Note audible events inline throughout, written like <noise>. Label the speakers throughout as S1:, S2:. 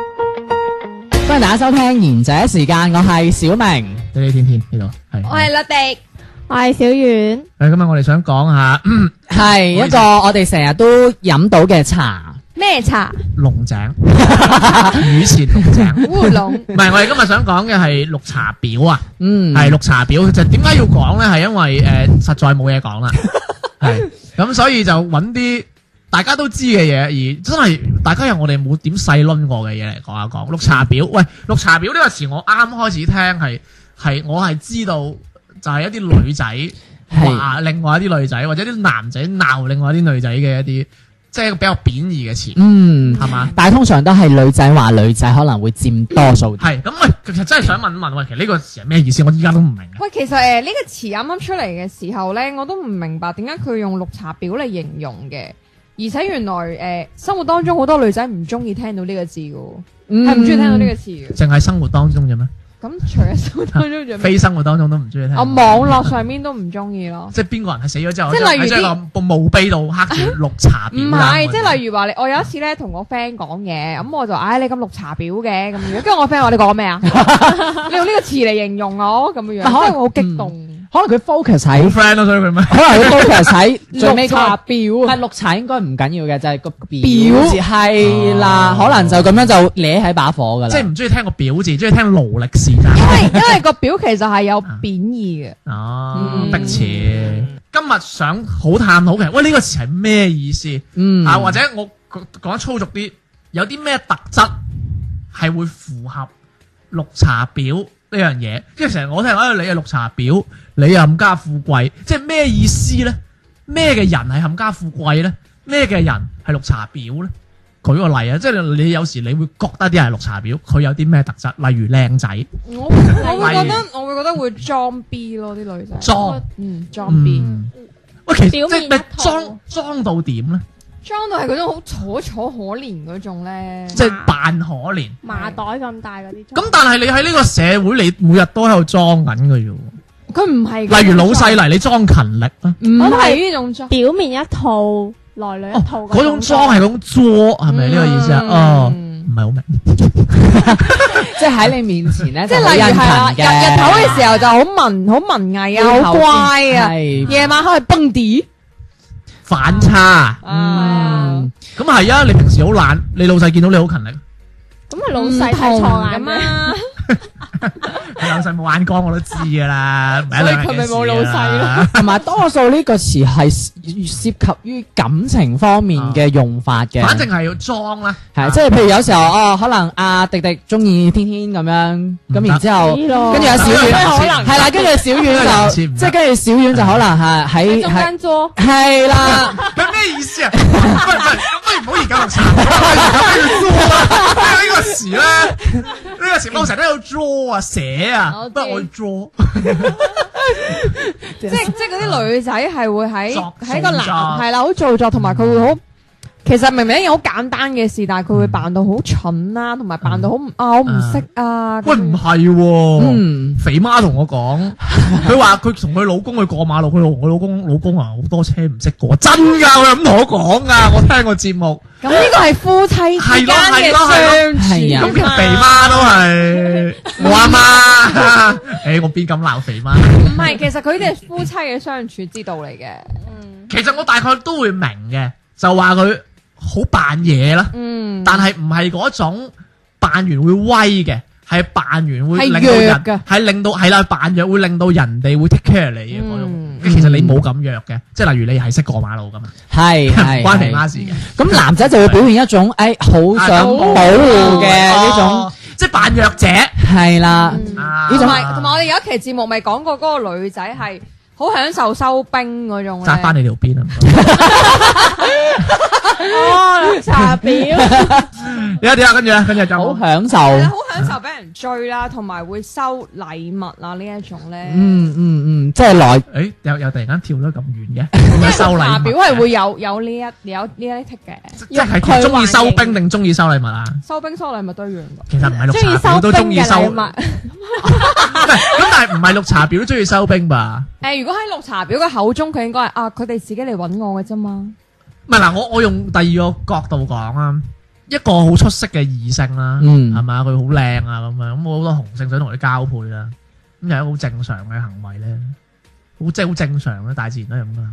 S1: 歡迎大家收聽賢者時間，我係小明。
S2: 对呢天天呢度係。
S3: 我係律迪，
S4: 我係小遠，
S2: 誒今日我哋想講下 <clears throat>
S1: 係一個我哋成日都飲到嘅茶， <laughs>
S3: 咩
S4: <laughs>
S3: 茶？
S2: 龍井，雨前龍
S3: <laughs>
S2: 井。
S3: 烏龍
S2: 唔係，我哋今日想講嘅係綠茶婊啊，
S1: 嗯，
S2: 係綠茶婊。就點解要講咧？係因為誒、呃、實在冇嘢講啦，係咁，所以就揾啲大家都知嘅嘢，而真係大家有我哋冇點細攆過嘅嘢嚟講下講。綠茶婊，喂，綠茶婊呢個詞我啱開始聽係係我係知道就係一啲女仔。
S1: 係
S2: 話另外一啲女仔，或者啲男仔鬧另外一啲女仔嘅一啲，即係比較貶義嘅詞，
S1: 嗯，
S2: 係嘛？
S1: 但係通常都係女仔話女仔可能會佔多數啲。
S2: 係咁喂，其實真係想問一問喂，其實呢個詞係咩意思？我依家都唔明啊嘅。
S3: 喂，其實呃誒呢個詞啱啱出嚟嘅時候咧，我都唔明白點解佢用綠茶婊嚟形容嘅，而且原來誒、呃生活當中好多女仔唔中意聽到呢個字嘅喎，
S4: 嗯
S1: 嗯
S3: 係嗯唔中意聽到呢個字嘅。
S2: 淨係生活當中嘅咩？
S3: 咁除咗生活當中仲有咩，
S4: <laughs>
S2: 非生活當中都唔中意
S3: 嗯
S2: 聽。
S3: 我網絡上面都唔中意咯。
S2: 即係邊個人係死咗之後，
S3: 即係例如啲
S2: 即係個墓碑度刻
S3: <laughs>
S2: 住綠茶
S3: 唔
S2: 婊啊啦
S3: 係，即係例如話你，我有一次咧同我 friend 講嘢，咁我就唉你咁綠茶婊嘅咁樣，跟住我 friend 話你講咩啊？你用呢個詞嚟形容我咁樣，
S1: 但可能嗯
S3: 即係我好激動。
S1: 可能佢 focus
S2: 好
S3: <laughs>
S1: 喺，
S2: friend 咯，所以佢咪
S1: 可能佢 focus 喺最尾嗰個唔
S3: 婊啊
S1: 係綠茶應該唔緊要嘅，就係個
S3: 表
S1: 字係啦，可
S2: 哦
S1: 能就咁樣就孭喺把火㗎啦。
S2: 即係唔中意聽個表字，中意聽勞力士咋。
S3: 因為因為個表其實係有貶義嘅。
S2: 哦
S1: 嗯，
S2: 逼詞。今日想好探討嘅，喂呢個詞係咩意思？
S1: 嗯
S2: 啊，或者我講講得粗俗啲，有啲咩特質係會符合綠茶婊呢樣嘢？即係成日我聽，哎，你係綠茶婊，你係冚家富貴，即係咩意思咧？咩嘅人係冚家富貴咧？咩嘅人係綠茶婊咧？舉個例啊，即係你有時你會覺得啲人係綠茶婊，佢有啲咩特質？例如靚仔，
S3: 我我會覺
S2: 會覺
S3: 得
S2: 得
S3: 我會覺得會裝 B 咯啲女仔。
S2: 裝
S3: 嗯裝 B，
S2: 嗯，喂，其實
S4: 表
S2: 即
S4: 面
S2: 係咪
S4: 一套
S2: 裝裝到點咧？
S3: 裝到係嗰種好楚楚可憐嗰種咧。
S2: 即係扮可憐。
S4: 麻袋咁大嗰啲。
S2: 咁但係你喺呢個社會，你每日都喺度裝緊嘅啫喎。
S3: 佢唔係嗰種裝。
S2: 例如老細嚟，你裝勤力啦，
S3: 唔係呢種裝。
S4: 表面一套，內裏一套。
S2: 哦嗰種裝係嗰種作，係咪呢個意思啊？
S3: 嗯
S2: 哦，唔係好明。
S1: 即係喺你面前咧，
S3: <laughs> 即係例如係啦，日日頭嘅時候就好文好文藝啊，好乖啊，
S1: 係
S3: 夜晚黑去蹦迪
S2: 反差
S3: 啊，
S1: 嗯
S2: 咁係啊！你平時好懶，你老細見到你好勤力，
S4: 咁係老細睇錯眼咩？
S3: <laughs> 啊，
S2: 你老細冇眼光我都知㗎啦，唔係一
S3: 所
S2: 兩日
S3: 以佢咪
S2: 嘅事啊
S3: 冇老細咯。
S1: 同埋多數呢個詞係涉及於感情方面嘅用法嘅，
S2: <laughs> 反正係要裝啦，
S1: 係即係譬如有時候哦，可能阿迪迪中意天天咁樣，咁
S2: 得
S1: 然之後
S4: 死咯
S1: 跟住阿小
S2: 咁樣
S1: 遠
S2: 可能
S1: 係啦，跟住小
S2: 咁
S1: 遠
S2: 樣
S1: 就
S2: 唔得
S1: 即係跟住小遠就可能係喺
S4: <laughs> 中
S1: 係
S4: 間桌
S1: 係啦。
S2: 佢咩意思啊？喂喂，喂唔好而家綠茶，而家要裝 <laughs> 啦，因為啊哎呢個詞咧，呢個詞我成日都有 draw 啊、寫啊，不過我要 draw。
S3: 即係即係嗰啲女仔係會喺
S2: 作
S3: 喺個男
S2: 做作
S3: 係啦，好做作，同埋佢會好。其實明明一件好簡單嘅事，但係佢會扮到好蠢啦，同埋扮到好唔啊，我唔識啊。
S2: 喂，
S3: 咁樣
S2: 唔係喎，
S1: 嗯
S2: 肥媽同
S1: <laughs>
S2: 我講，佢話佢同佢老公去過馬路，佢同佢老公老公啊好多車唔識過，真㗎，佢咁同我講㗎，我聽個節目，
S3: 咁呢個係夫妻之間嘅
S2: 係咯係
S1: 係
S3: 相
S1: 啊
S2: 咁
S3: 處
S2: 其實肥媽都
S1: <laughs>
S2: 係我阿媽， <laughs> 誒我邊敢鬧肥媽？
S3: <laughs> 唔係，其實佢哋係夫妻嘅相處之道嚟嘅。
S2: 其實我大概都會明嘅，就話佢好扮嘢啦，
S3: 嗯，
S2: 但係唔係嗰種扮完會威嘅。係扮完會
S3: 係
S2: 令到人
S3: 弱㗎
S2: 係令到係啦，扮弱會令到人哋會 take care 你嘅嗰種。
S3: 嗯
S2: 其實你冇咁弱嘅，即係例如你係識過馬路噶嘛， <laughs>
S1: 係係
S2: 唔關肥
S1: 係
S2: 媽事嘅。啊
S1: 咁男仔就會表現一種誒
S2: À,
S1: 好想保護嘅
S2: Ờ.
S1: 呢種嗯
S2: 哦，即係扮弱者。
S1: 係啦，
S2: 啊
S3: 同埋同埋，我哋有一期節目咪講過嗰個女仔係好享受收兵嗰種
S2: 扎翻
S3: 嚟。
S2: 你條
S1: <laughs>
S2: 邊啊！
S4: 哦，綠茶 <laughs> 婊，
S2: 你啊點啊？跟住咧，跟住就
S1: 好享
S3: 係
S1: 受。
S3: 啦好享受俾人追啦，同埋會收禮物啊呢一種咧。
S1: 嗯嗯嗯，即係來
S2: 誒又又突然間跳得咁
S1: <laughs>
S2: 遠嘅，會唔會收禮
S3: 下
S2: 物
S3: 表係會有有呢一有呢一剔嘅，
S2: 即即係中意收兵定中意收禮物啊？
S3: 收兵收禮物都一樣㗎。
S2: 其實唔係
S4: 中意
S2: 綠茶
S4: 收
S2: 婊都中
S4: 冰
S2: 意
S4: 嘅
S2: 收，
S4: 禮
S2: 唔 <laughs> 係
S4: 物，
S2: 咁，但係唔係綠茶婊都中意收兵吧？
S3: 誒、如果喺綠茶婊嘅口中，佢應該係啊，佢哋自己嚟揾我嘅啫嘛。
S2: 唔係嗱，我我用第二個角度講啊，一個好出色嘅異性啦，
S1: 嗯
S2: 係嘛？佢好靚啊咁樣，咁我好多雄性想同佢交配啦，咁又係一個好正常嘅行為咧，好即係好正常啦，大自然都係咁啦。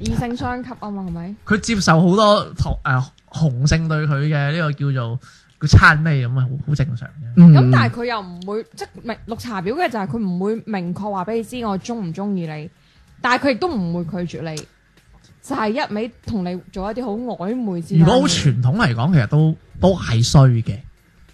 S3: 異性相吸啊嘛，係咪？
S2: 佢接受好多同誒雄性對佢嘅呢個叫做佢餐咩咁啊，好好正常嘅。
S1: 嗯
S3: 咁、但係佢又唔會即係明綠茶婊嘅就係佢唔會明確話俾你知我中唔中意你，但係佢亦都唔會拒絕你，就係、一味同你做一啲好曖昧之間嘅。
S2: 如果好傳統嚟講，其實都都係衰嘅。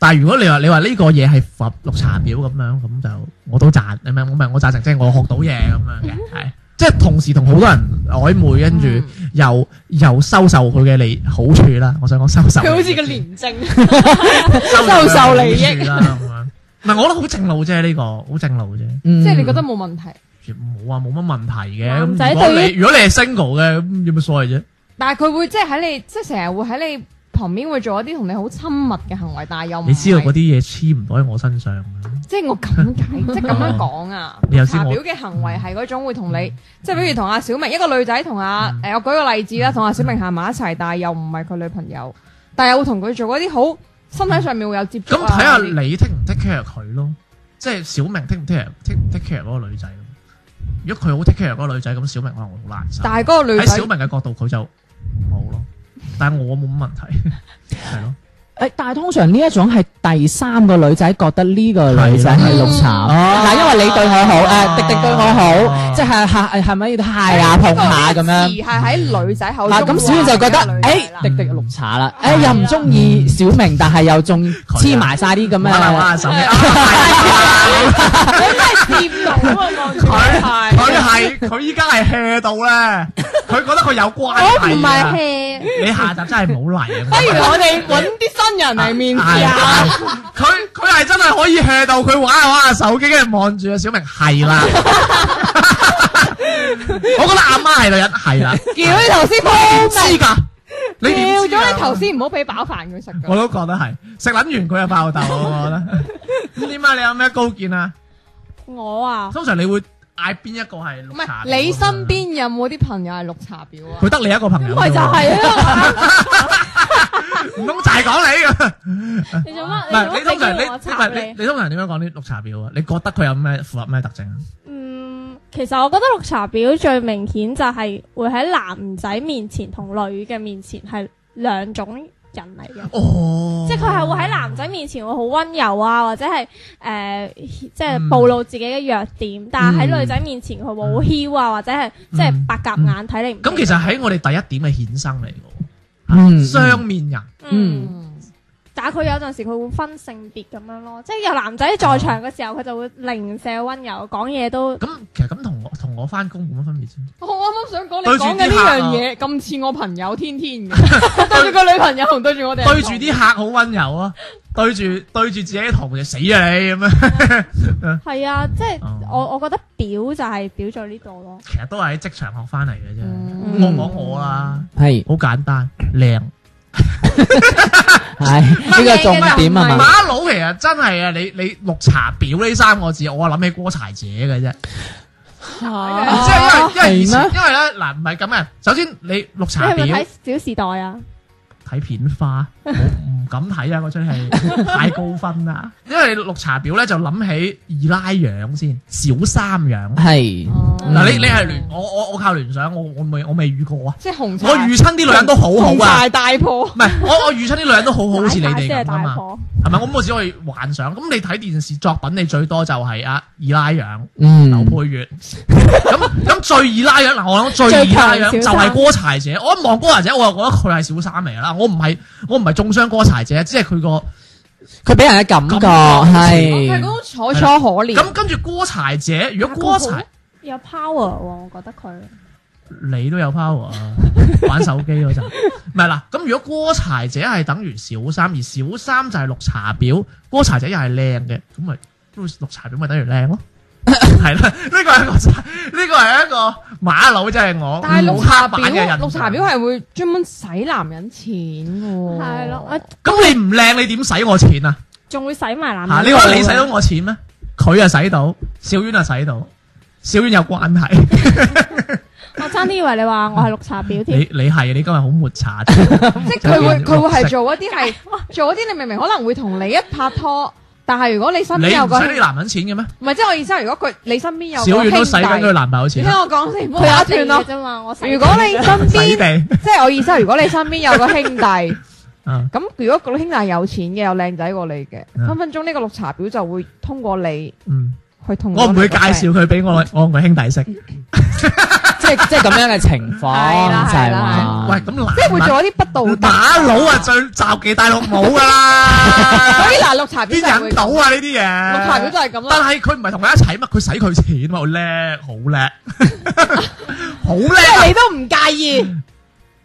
S2: 但係如果你話你話呢個嘢係符合綠茶婊咁樣，咁就我都贊，唔係我唔係我贊成，即係我學到嘢咁樣
S3: <laughs>
S2: 嘅，係即係同時同好多人曖昧，跟住
S3: 嗯
S2: 又又收受佢嘅利好處啦。我想講收受利益，
S3: 佢好似個廉政，
S2: 嗯
S3: 收受利益
S2: 收佢嘅好處啦咁樣。唔係，我覺得好正路啫，呢個好正路啫。
S1: 嗯
S3: 即係你覺得冇問題，
S2: 冇啊，冇乜問題嘅。
S4: 男
S2: 咁
S4: 仔
S2: 如果
S4: 對
S2: 你如果你係 single 嘅，咁有乜所謂啫？
S3: 但係佢會即係喺你即係成日會喺你旁邊會做一啲同你好親密嘅行為，但係又唔
S2: 你知道
S3: 係
S2: 嗰啲嘢黐唔到喺我身上啊。
S3: 即係我咁
S2: <laughs>
S3: 解，即係咁樣講啊。
S2: 你又知
S3: 茶
S2: 我
S3: 婊嘅行為係嗰種會同你，即係比如同阿小明一個女仔同阿誒，我舉個例子啦，同阿小明行埋一齊，但係又唔係佢女朋友，但係又會同佢做嗰啲好身體上面會有接觸
S2: 咁
S3: 啊。
S2: 睇下
S3: 嗰啲
S2: 你 take 唔 take care 佢咯，即係小明 take 唔 take care，take 唔 take care 嗰個女仔咯。如果佢好 take care 嗰個女仔，咁小明可能會好難受。
S3: 但係嗰個女
S2: 喺
S3: 仔
S2: 小明嘅角度，佢就冇咯。但係我冇乜問題，係咯。
S1: 誒，但係通常呢一種係第三個女仔覺得呢個女仔係綠茶，
S2: 嗯
S1: 嗱，因為你對我好，誒，迪迪對我好，
S2: 哦
S1: 即係係係咪要揩下
S3: Ờ.
S1: 碰下咁樣？
S3: 而係喺女仔口中
S1: 嗱，咁小明就覺得，
S3: 嘅女仔啦
S1: 誒，迪迪綠茶啦，誒，又唔中意小明，但係又仲黐埋晒啲咁
S2: 我係
S1: 嘅，
S2: 話手 <laughs> 機，佢
S4: 掂到啊！
S2: 係佢依家係 hea 到咧，佢覺得佢有關係啊。
S4: 我唔係 hea，
S2: 你下集真係冇嚟啊！
S1: 哎
S3: 不如我哋揾啲新人嚟面
S1: Dạ。
S3: 試啊！
S2: 係佢佢係真係可以 hea 到佢玩下玩下手機，跟住望住阿小明係啦。我覺得阿媽係女人係啦，
S3: 叫你頭先
S2: 知㗎。你
S3: 叫
S2: 點知㗎
S3: 咗你頭，先唔好俾飽飯佢食㗎
S2: 我都覺得係食撚完佢就爆豆，我覺得。咁點解你有咩高見啊？
S4: 我啊，
S2: 通常你會嗌邊一個係
S3: 唔
S2: 綠茶？
S3: 係啊你身，邊有冇啲朋友係綠茶婊啊？
S2: 佢得你一個朋友啫喎。
S4: 咪就
S2: <laughs>
S4: 係啊！
S2: 唔通就係講你㗎？
S4: 你做乜？
S2: 唔係你
S4: 做
S2: 通常你
S4: 乜俾我
S2: 唔
S4: 插
S2: 係你
S4: 你？
S2: 你通常點樣講啲綠茶婊啊？你覺得佢有咩符合咩特徵啊？
S4: 嗯，其實我覺得綠茶婊最明顯就係會喺男仔面前同女嘅面前係兩種人嚟嘅，
S2: 哦，
S4: 即係佢係會喺男仔面前會好温柔啊，或者係誒、呃即
S2: 嗯
S4: 係暴露自己嘅弱點，但係喺女仔面前佢會好囂啊，或者係即係白鴿眼睇你唔
S2: 嗯
S4: 啊
S2: 咁其實喺我哋第一點嘅衍生嚟嘅
S1: 嗯
S2: 喎，雙面人
S4: 嗯。
S3: 嗯
S4: 但係佢有陣時佢會分性別咁樣咯，即係有男仔在場嘅時候，佢就會零舍温柔，講嘢都
S2: 咁其實咁同我同我翻工冇乜分別啫。
S3: 我啱啱想講你
S2: 對住
S3: 講嘅呢
S2: 啲客啊
S3: 樣嘢咁似我朋友天
S2: <laughs>
S3: 天嘅，對住個女朋友同對住我哋
S1: 啊
S2: 對住啲客好温柔啊，對住對住自己啲同事死啊你咁樣， <laughs>
S4: 係啊，即係
S2: 哦
S4: 我我覺得表就係表在呢度咯。
S2: 其實都係喺職場學翻嚟嘅啫。
S3: 嗯
S2: 我講我啦，
S1: 係
S2: 好簡單，靚
S1: 係呢個重點啊嘛，
S2: 馬佬其實真係啊，你你綠茶婊呢三個字，我啊諗起鍋柴姐嘅啫。即
S3: 啊
S2: 係因為因為以前
S1: 哦係咩
S2: 因為咧嗱唔係咁嘅，首先你綠
S4: 你
S2: 茶
S4: 係咪
S2: 婊
S4: 睇。《小時代》啊？
S2: 睇片花，我唔敢睇啊！嗰出戲太高分啦，因為綠茶婊咧就諗起二奶樣先，小三樣。
S1: 係
S3: 嗯
S2: 嗱，你你係聯我我我靠聯想，我我未我未遇過啊！
S3: 即係紅茶，
S2: 我遇親啲女人都好好啊，
S3: 大大破
S2: 唔係我我遇親啲女人都好好，好似你
S4: 奶
S2: 哋
S4: 先
S2: 咁
S4: 係
S2: 啊
S4: 大
S2: 嘛，
S4: 婆。
S2: 係咪？咁我只可以幻想。咁你睇電視作品，你最多就係啊二奶樣。劉
S1: 嗯
S2: 佩玥 <laughs> 咁咁最易拉樣嗱，我諗最易拉樣
S4: 最
S2: 就
S4: 強小三
S2: 係郭柴姐。我一望郭柴姐，我就覺得佢係小三嚟㗎啦。我唔係我唔係中傷郭柴姐，只係佢個
S1: 佢俾人嘅感覺
S2: 感覺
S3: 係嗰
S1: 係
S3: 種楚楚可憐。
S2: 咁跟住郭柴姐。如果郭
S3: 阿
S2: 柴
S4: 有 power 喎，我覺得佢
S2: 你都有 power
S3: <laughs>
S2: 啊！玩手機嗰陣，唔係啦。咁如果鍋柴姐係等於小三，而小三就係綠茶婊，鍋柴姐又係靚嘅，咁咪綠茶婊咪等於靚
S3: <laughs>
S2: 咯。係啦，呢個係一個呢個係一個馬佬，即係我
S3: 但係
S2: 冇
S3: 綠
S2: 黑
S3: 茶
S2: 板嘅
S3: 婊，
S2: 人。
S3: 綠茶婊係會專門洗男人錢嘅喎。
S4: 係咯，我
S2: 咁你唔靚，你點使我錢啊？
S4: 仲會洗埋男
S3: 啊
S2: 嚇！
S4: 人。
S2: 你話你使到我錢咩？佢啊使到，小婉啊使到，小婉有關係。
S3: <laughs>
S4: 我差啲以為你話我係綠茶婊添
S2: 你。你係你今日好抹茶，
S3: 即係佢會
S2: 就係
S3: 佢會
S2: 綠色
S3: 係做一啲係做一啲你明明可能會同你一拍拖，但係如果你身 <laughs>
S2: 你
S3: 邊有
S2: 唔
S3: 個
S2: 使你男人錢嘅咩？
S3: 唔係即係我意思係，如果佢你身邊有
S2: 小
S3: 個
S2: 婉都使
S3: 兄弟
S2: 緊佢男朋友
S3: 你
S2: 錢
S3: 聽
S2: 啊，
S3: 我講先，唔好
S4: 佢
S3: 打
S4: 有
S3: 斷
S4: 斷
S3: 咯
S4: 嘅。啫嘛，我洗
S3: 如果你身
S2: 洗
S3: 邊
S2: 地
S3: 即係我意思係，如果你身邊有個兄
S2: <laughs>
S3: 弟。
S2: 啊！
S3: 咁如果個兄弟有錢嘅，有靚仔過你嘅，
S2: 嗯
S3: 分分鐘呢個綠茶婊就會通過你
S2: 嗯，
S3: 去同
S2: 我唔會介
S3: 紹，
S2: 紹佢俾
S3: 嗯
S2: 我我個兄弟
S1: <laughs>
S2: 識。
S1: 即係即係咁樣嘅情況，
S3: <laughs> 係啦
S1: 就係
S3: 係啦
S1: 話，
S2: 啊喂，咁男
S3: 嗯即係會做一啲不道德。
S2: 馬佬啊，最就忌大陸帽㗎啦，
S3: <laughs> 所以嗱，綠茶婊
S2: 邊
S3: 就係會
S2: 忍到
S3: 咁，
S2: 啊呢啲嘢？
S3: 綠茶婊就係咁
S2: 但
S3: 啦。
S2: 係佢唔係同佢一齊嘛，佢使佢錢嘛，好叻，好叻，
S3: <laughs>
S2: 好
S3: 即
S2: 叻啊
S3: 係！你都唔介意，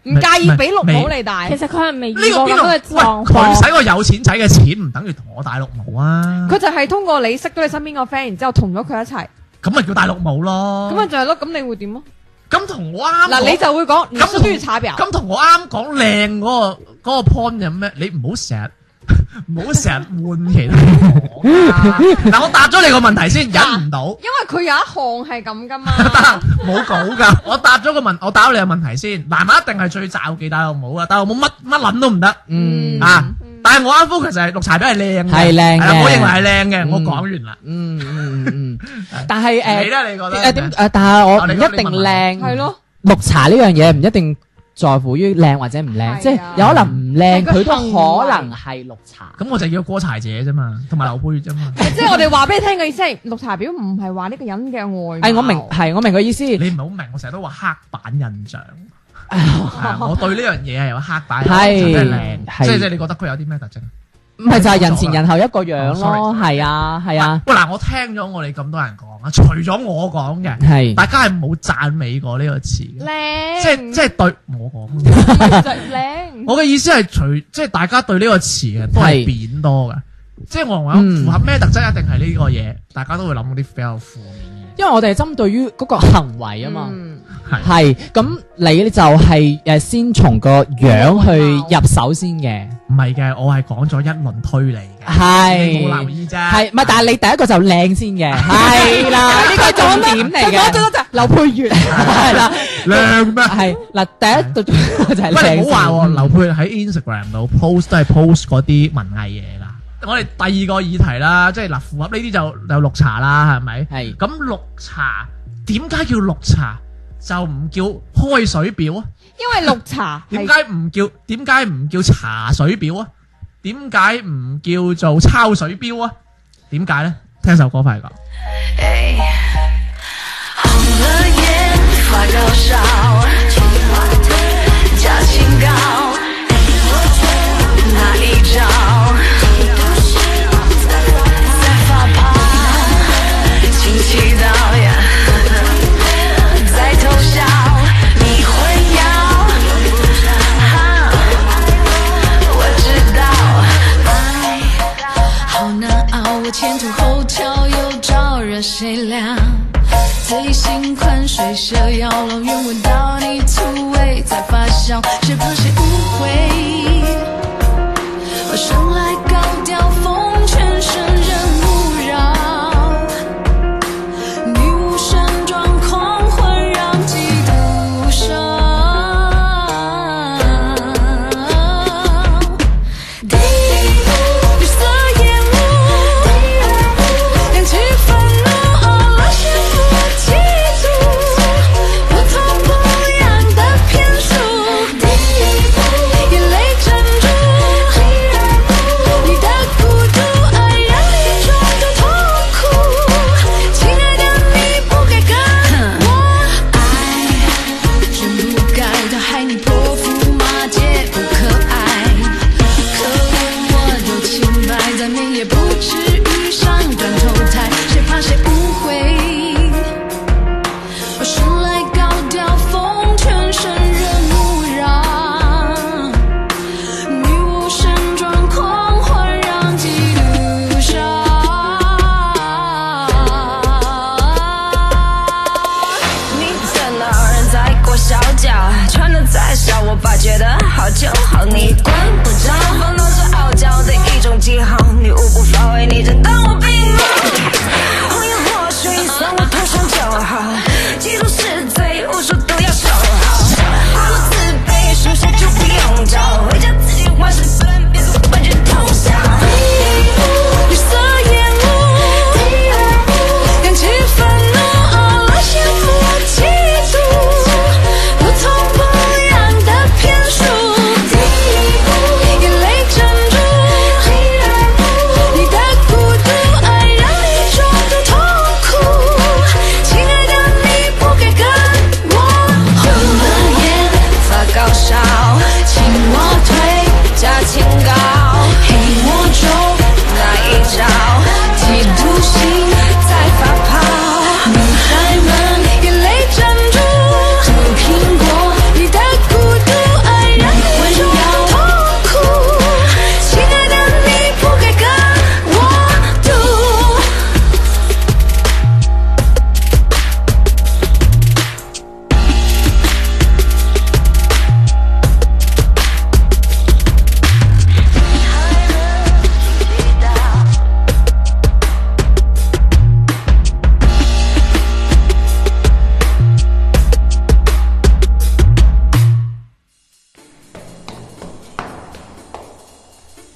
S3: 唔介意俾綠帽你戴
S4: 其。實佢係未
S2: 呢
S4: 遇
S2: 個
S4: 過
S2: 邊
S4: 咁
S2: 度？
S4: 嘅
S2: 喂，
S4: 狀
S2: 佢
S4: 況。
S2: 使個有錢仔嘅錢，唔等於同我大陸冇啊！
S3: 佢就係通過你識到你身邊個 friend，然之後同咗佢一齊，
S2: 咁咪叫大陸冇咯。
S3: 咁啊就係咯。咁你會點啊？
S2: 咁同我啱
S3: 嗱，你
S2: 講
S3: 就會講，你
S2: 咁
S3: 都要查表。
S2: 咁同我啱講靚嗰個嗰個 point 有咩？你唔好成日 <laughs> 唔好成日換其他講啊！嗱，我答咗你個問題先，忍唔到。
S3: 因為佢有一項係
S1: <laughs>
S3: 咁噶嘛，
S2: 冇稿㗎，我答咗個問，我答咗你個問題先。男人一定係最罩忌大陸帽啊，大陸帽乜乜撚都唔得
S1: 嗯
S2: 啊！但係我啱 focus 就係綠茶婊係靚嘅，
S1: 係靚嘅
S2: 係啦我認為係靚嘅，我
S1: 嗯
S2: 講完啦。
S1: 嗯嗯嗯嗯，但係
S2: 你
S1: 誒
S2: 咧？你覺得
S1: 誒點誒？但係我唔一定靚，
S3: 係。咯，
S1: 綠茶呢樣嘢唔一定在乎於靚或者唔
S3: 係啊
S1: 靚，即係有可能唔靚，
S3: 係個
S1: 佢都
S3: 行為
S1: 可能係綠茶。
S2: 咁我就叫郭柴姐啫嘛，同埋劉佩啫
S1: <laughs>
S2: 嘛。
S3: 即係我哋話俾你聽嘅意思係，綠茶婊唔係話呢個人嘅外貌。
S1: 哎誒，我明係我明個意思，
S2: 你唔係好明，我成日都話黑板
S1: <laughs>
S2: 印象。啊我對呢樣嘢係有黑板印
S1: 係
S2: 象，真係靚。
S1: 係
S2: 即係即係你覺得佢有啲咩特徵？
S1: 唔係就係人前人後一個樣
S2: 哦
S1: 咯，係啊係啊
S2: 喂嗱，我聽咗我哋咁多人講啊，除咗我講嘅，
S1: 係。
S2: 大家係冇讚美過呢個詞嘅，
S4: 靚，
S2: 即係即係對我講。
S1: <laughs>
S3: 靚，
S2: 我嘅意思係除即係大家對呢個詞嘅都係
S1: 係
S2: 貶多嘅，即係我話
S1: 嗯
S2: 符合咩特質一定係呢個嘢，大家都會諗嗰啲比較負面
S1: 因為我哋係針對於嗰個行為啊嘛，
S3: 嗯
S2: 嘅。係
S1: 係咁你就係誒先從個樣去入手先嘅，
S2: 唔係嘅？我係講咗一輪推理嘅，你冇留
S1: 係
S2: 意啫。
S1: 係唔係？但係你第一個就靚先嘅，係
S2: <laughs>
S1: 啦，呢個係重點嚟嘅。最多就劉佩玥係啦，
S2: 靚咩？
S1: 係嗱，第一個就係
S2: 喂，
S1: 靚
S2: 你唔好話
S1: 先
S2: 喎，劉佩喺 Instagram 度 post 都係 post 嗰啲文藝嘢啦。我哋第二個議題啦，即係嗱，符合呢啲就有綠茶啦，係咪？
S1: 係
S2: 咁綠茶點解叫綠茶就唔叫開水表啊？
S3: 因為綠茶
S2: 點
S3: 係
S2: 解唔叫點解唔叫茶水表啊？點解唔叫做抄水表啊？點解咧？聽首歌快講。
S5: 红了眼，发高烧，假清高，哪一招？在发泡，请祈祷呀，在偷笑，你会要，哈，我知道，
S6: 好难熬，啊我前凸后翘，又招惹谁凉？醉心宽水蛇腰，老远闻到你醋味在发酵，谁怕谁误会？我生来高调，奉劝圣人勿扰，女巫山庄狂欢让嫉妒伤。敌无与色掩护，两极愤怒，偶然陷入歧途，不痛不痒的骗术，敌无眼泪珍珠，
S5: 头发觉得好就好，你管不着，放荡是傲娇的一种记号，你无不发威，你真当我病吗？红颜祸水算我头上就好，嫉妒是罪，无数都要守好。我自卑，说谁就不用找，回家自己换身份，别总半天通宵。你色眼目，感情愤怒，偶尔羡慕嫉妒，不痛不痒的骗术。第一步，眼泪镇住；第二步，你的孤独爱让你重度痛苦。亲爱的，你不该跟我红了眼，发高烧，请我退加清高，黑魔咒。那一招？嫉妒心在发泡，女孩们眼泪珍珠，毒苹果，你的孤独爱让你温柔痛苦，亲爱的你不该跟我赌。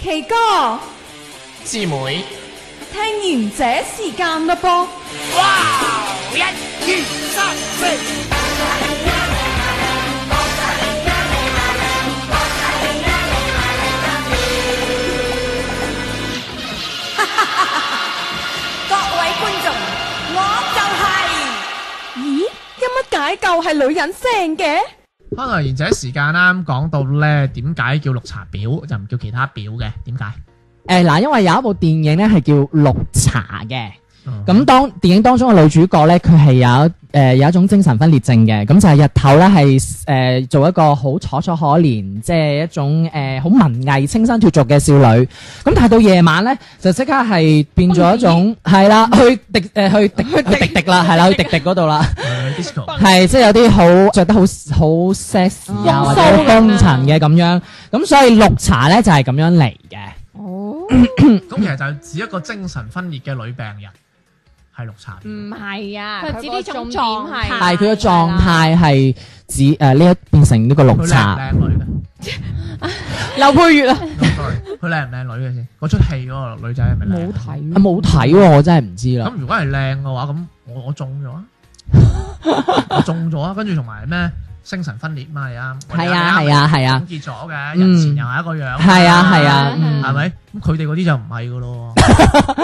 S3: 奇哥，
S7: 師妹，
S3: 聽完這時間
S4: <laughs>
S3: 嘞噃。
S8: 各位觀眾，我
S3: 咦，有乜解救係女人聲嘅？
S2: 可能賢者時間啦，咁講到咧點解叫綠茶婊就唔叫其他婊嘅？點解？
S1: 诶嗱，因為有一部電影咧係叫《綠茶》嘅。
S2: 嗯
S1: 咁當電影當中嘅女主角咧，佢係有誒、呃有一種精神分裂症嘅，咁就係日頭咧係誒做一個好楚楚可憐，即係一種呃誒好、文藝、清新脱俗嘅少女。咁但係到夜晚咧，就即刻係變咗一種係啦， <laughs> 去迪誒、呃去迪去迪迪啦，係啦，去迪迪嗰度啦，
S2: 誒 disco
S1: 係即係有啲好着得好好 sexy 啊，或者好風塵嘅咁樣。咁所以綠茶咧就係、咁樣嚟嘅。
S3: 哦，
S2: 咁其實就係指一個精神分裂嘅女病人係綠茶
S3: 唔
S2: 婊。
S3: 係啊，
S4: 佢指呢種
S3: 個重點係
S4: 狀態
S1: 但係佢嘅狀態係指誒呢一變成呢個
S2: 佢
S1: 綠
S2: 靚唔
S1: 茶。
S2: 靚女嘅
S1: 劉佩月啊！
S2: No, sorry，佢靚唔靚女嘅先？嗰出戲嗰個女仔係咪靚
S3: 冇？睇
S1: 啊冇睇喎，我真係唔知啦
S2: 咁。如果係靚嘅話，咁我我
S1: <laughs>
S2: 中咗啊，我中咗啊，跟住同埋咩精神分裂嘛，你啱，我哋
S1: 係啊
S2: 啱
S1: 係啊係啊
S2: 總結咗嘅，
S1: 嗯
S2: 人前又係一個樣，
S1: 係啊係啊，嗯
S2: 係咪？咁佢哋嗰啲就唔係噶咯，啊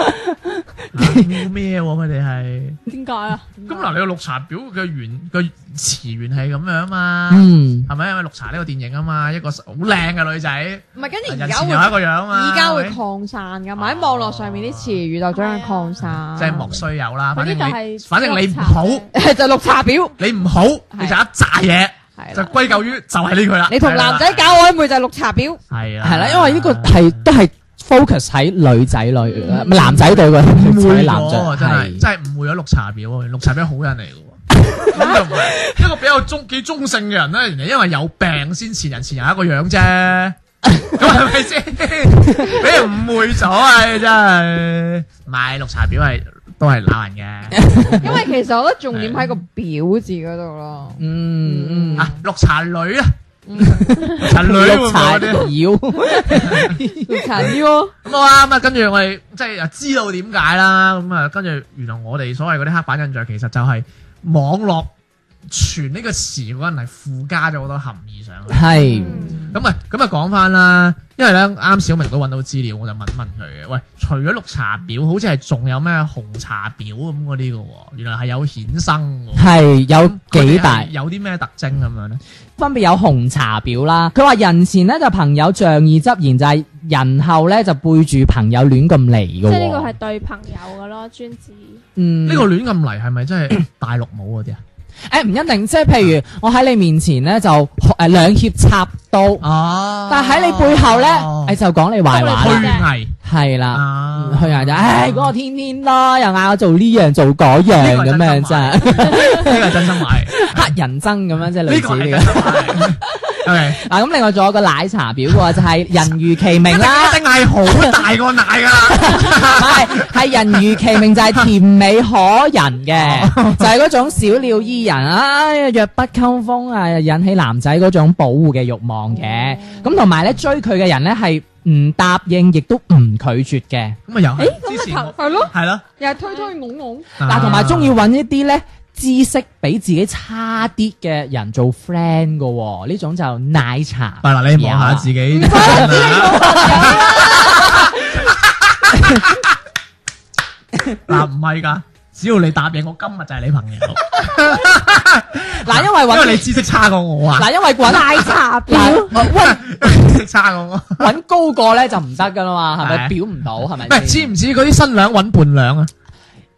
S2: 咩喎？佢哋係
S4: 點解啊？
S2: 咁嗱，你個綠茶婊嘅原個詞源係咁樣嘛？
S1: 嗯，
S2: 係咪？因為綠茶呢個電影啊嘛，一個好靚嘅女仔，
S3: 唔係跟住而
S2: 人
S3: 家
S2: 前
S3: 會
S2: 又係一個樣嘛，
S3: 而家會
S2: 係咪
S3: 擴散㗎嘛，喺網絡上面啲詞語就將佢擴散，
S2: 即係莫須有啦。
S4: 嗰
S2: 反
S4: 啲
S2: 正
S4: 就
S2: 你，
S4: 係
S2: 反正你唔好，
S3: <laughs> 就綠茶婊，
S2: 你唔好，你就一扎嘢，
S3: 係
S2: 就
S3: 啦。
S2: 歸咎於就係呢句啦。
S3: 你同男仔搞曖昧就係綠茶婊，
S2: 係啦，
S1: 係啦，因為呢個係都係 focus 喺女仔女呃
S2: 嗯
S1: 男仔對個女
S2: 誤
S1: 仔
S2: 會
S1: 男仔
S2: 咗，真係
S1: 係。
S2: 真係誤會咗綠茶婊喎。綠茶婊好人嚟嘅喎，咁就唔係一個比較中幾中性嘅人咧，人哋因為有病先前人前人一個樣啫。咁係咪先？俾人誤會咗啊！真係，唔係綠茶婊係都係鬧人嘅。
S3: 因為其實我覺得重點喺個婊字嗰度咯。
S1: 嗯嗯，
S2: 啊，綠茶女啊，綠茶女會唔會
S1: 綠茶
S2: 嗰啲？
S1: 妖，
S3: 綠茶婊咯，
S2: 咁啊咁啊，跟住我哋即係知道點解啦。咁啊，跟住原來我哋所謂嗰啲黑板印象，其實就係網絡傳呢個詞嗰陣係附加咗好多含義上去。
S1: 係
S2: 咁啊，咁啊講翻啦，因為咧啱小明都揾到資料，我就問一問佢嘅。喂，除咗綠茶婊，好似係仲有咩紅茶婊咁嗰啲嘅喎？原來係有衍生嘅喎。
S1: 係有幾
S2: 佢
S1: 大
S2: 哋係有啲咩特徵咁樣咧？
S1: 分別有紅茶婊啦。佢話人前咧就朋友仗義執言，就係人後咧就背住朋友亂咁嚟嘅
S4: 即係呢個係
S1: 喎。
S4: 對朋友嘅咯，專指
S1: 嗯
S2: 呢個亂咁嚟係咪真係大陸冇嗰啲啊？
S1: 誒唔一定，即係譬如我喺你面前咧就誒兩脅插刀。
S2: 哦，
S1: 但喺你背後咧，誒就講你壞話
S2: 虛
S1: 啦，
S2: 偽。
S1: 係啦，
S2: 啊
S1: 虛偽就，唉，嗰個天天啦，又嗌我做呢樣做嗰樣咁樣真係
S2: <laughs> 呢個係真心話嚟，
S1: 黑人憎咁樣即係類
S2: 呢
S1: 似
S2: 個係 <laughs>
S1: 呢
S2: 真
S1: 個，
S2: 心話嚟。 ，OK，
S1: 嗱，咁另外仲有個奶茶表嘅喎，就係人如其名啦
S2: 一，定係好大個奶㗎啦，
S1: 係係人如其名就係甜美可人嘅，
S2: 哦
S1: 就係嗰種小鳥依人啊，弱不禁風啊，引起男仔嗰種保護嘅慾望
S2: 哦
S1: 嘅。咁同埋咧追佢嘅人咧係唔答應，亦都唔拒絕嘅。
S2: 咁啊又係
S4: 咁咪
S2: 之前我
S3: 係咯，
S2: 係咯，
S3: 又係推推拱拱，
S2: 啊
S1: 嗱，同埋中意揾一啲咧知識比自己差啲嘅人做 friend 嘅喎，呢種就奶茶。
S2: 係啦，你望下自己。
S1: 啊
S2: <laughs> 嗱，唔係㗎，只要你答應我，今日就係你朋友。
S1: 嗱，因為
S2: 因
S1: 揾
S2: 為你知識差過我啊，
S1: 嗱，因為揾奶茶表，揾
S2: <laughs> 知識差過我。
S1: 揾高過咧就唔得噶啦嘛，係咪
S2: 係
S1: 表唔到係咪
S2: 唔係
S1: 先？
S2: 似唔似嗰啲新娘揾伴娘啊？